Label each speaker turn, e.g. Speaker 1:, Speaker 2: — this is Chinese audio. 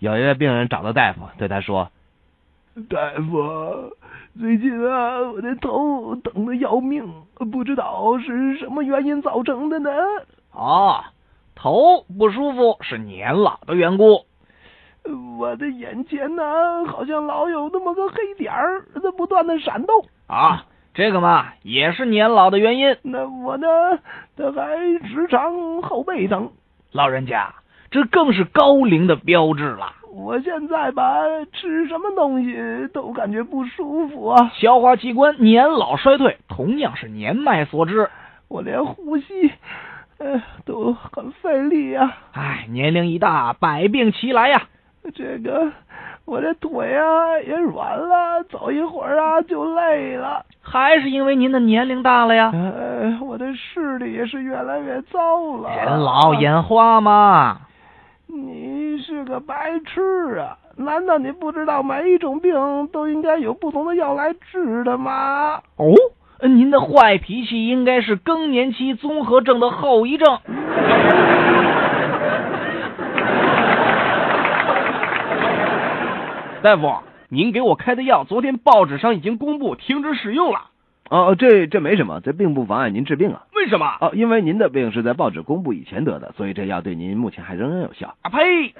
Speaker 1: 有一位病人找到大夫，对他说
Speaker 2: 大夫，最近啊，我的头疼的要命，不知道是什么原因造成的呢？
Speaker 3: 啊，头不舒服是年老的缘故。
Speaker 2: 我的眼前呢、好像老有那么个黑点儿在不断的闪动。
Speaker 3: 啊，
Speaker 1: 嗯
Speaker 3: 这个嘛也是年老的原因。
Speaker 2: 那我呢，他还时常后背疼。
Speaker 3: 老人家，这更是高龄的标志了。
Speaker 2: 我现在吧，吃什么东西都感觉不舒服啊，
Speaker 3: 消化器官年老衰退同样是年迈所致。
Speaker 2: 我连呼吸，呃，都很费力啊。
Speaker 3: 唉，哎年龄一大，百病齐来呀。
Speaker 2: 这个我这腿啊也软了，走一会儿啊就累了。
Speaker 3: 还是因为您的年龄大了呀，
Speaker 2: 呃，我的视力也是越来越糟
Speaker 1: 嗯
Speaker 2: 了。啊
Speaker 3: 人老眼花嘛。
Speaker 2: 你是个白痴啊！难道你不知道每一种病都应该有不同的药来治的吗？
Speaker 3: 哦，您的坏脾气应该是更年期综合症的后遗症。
Speaker 4: 大夫，您给我开的药，昨天报纸上已经公布停止使用了，：“
Speaker 1: 哦，这这没什么，这并不妨碍您治病啊。
Speaker 4: 为什么？
Speaker 1: 哦，因为您的病是在报纸公布以
Speaker 4: 啊
Speaker 1: 前得的，所以这药对您目前还仍然有效。
Speaker 4: 啊呸！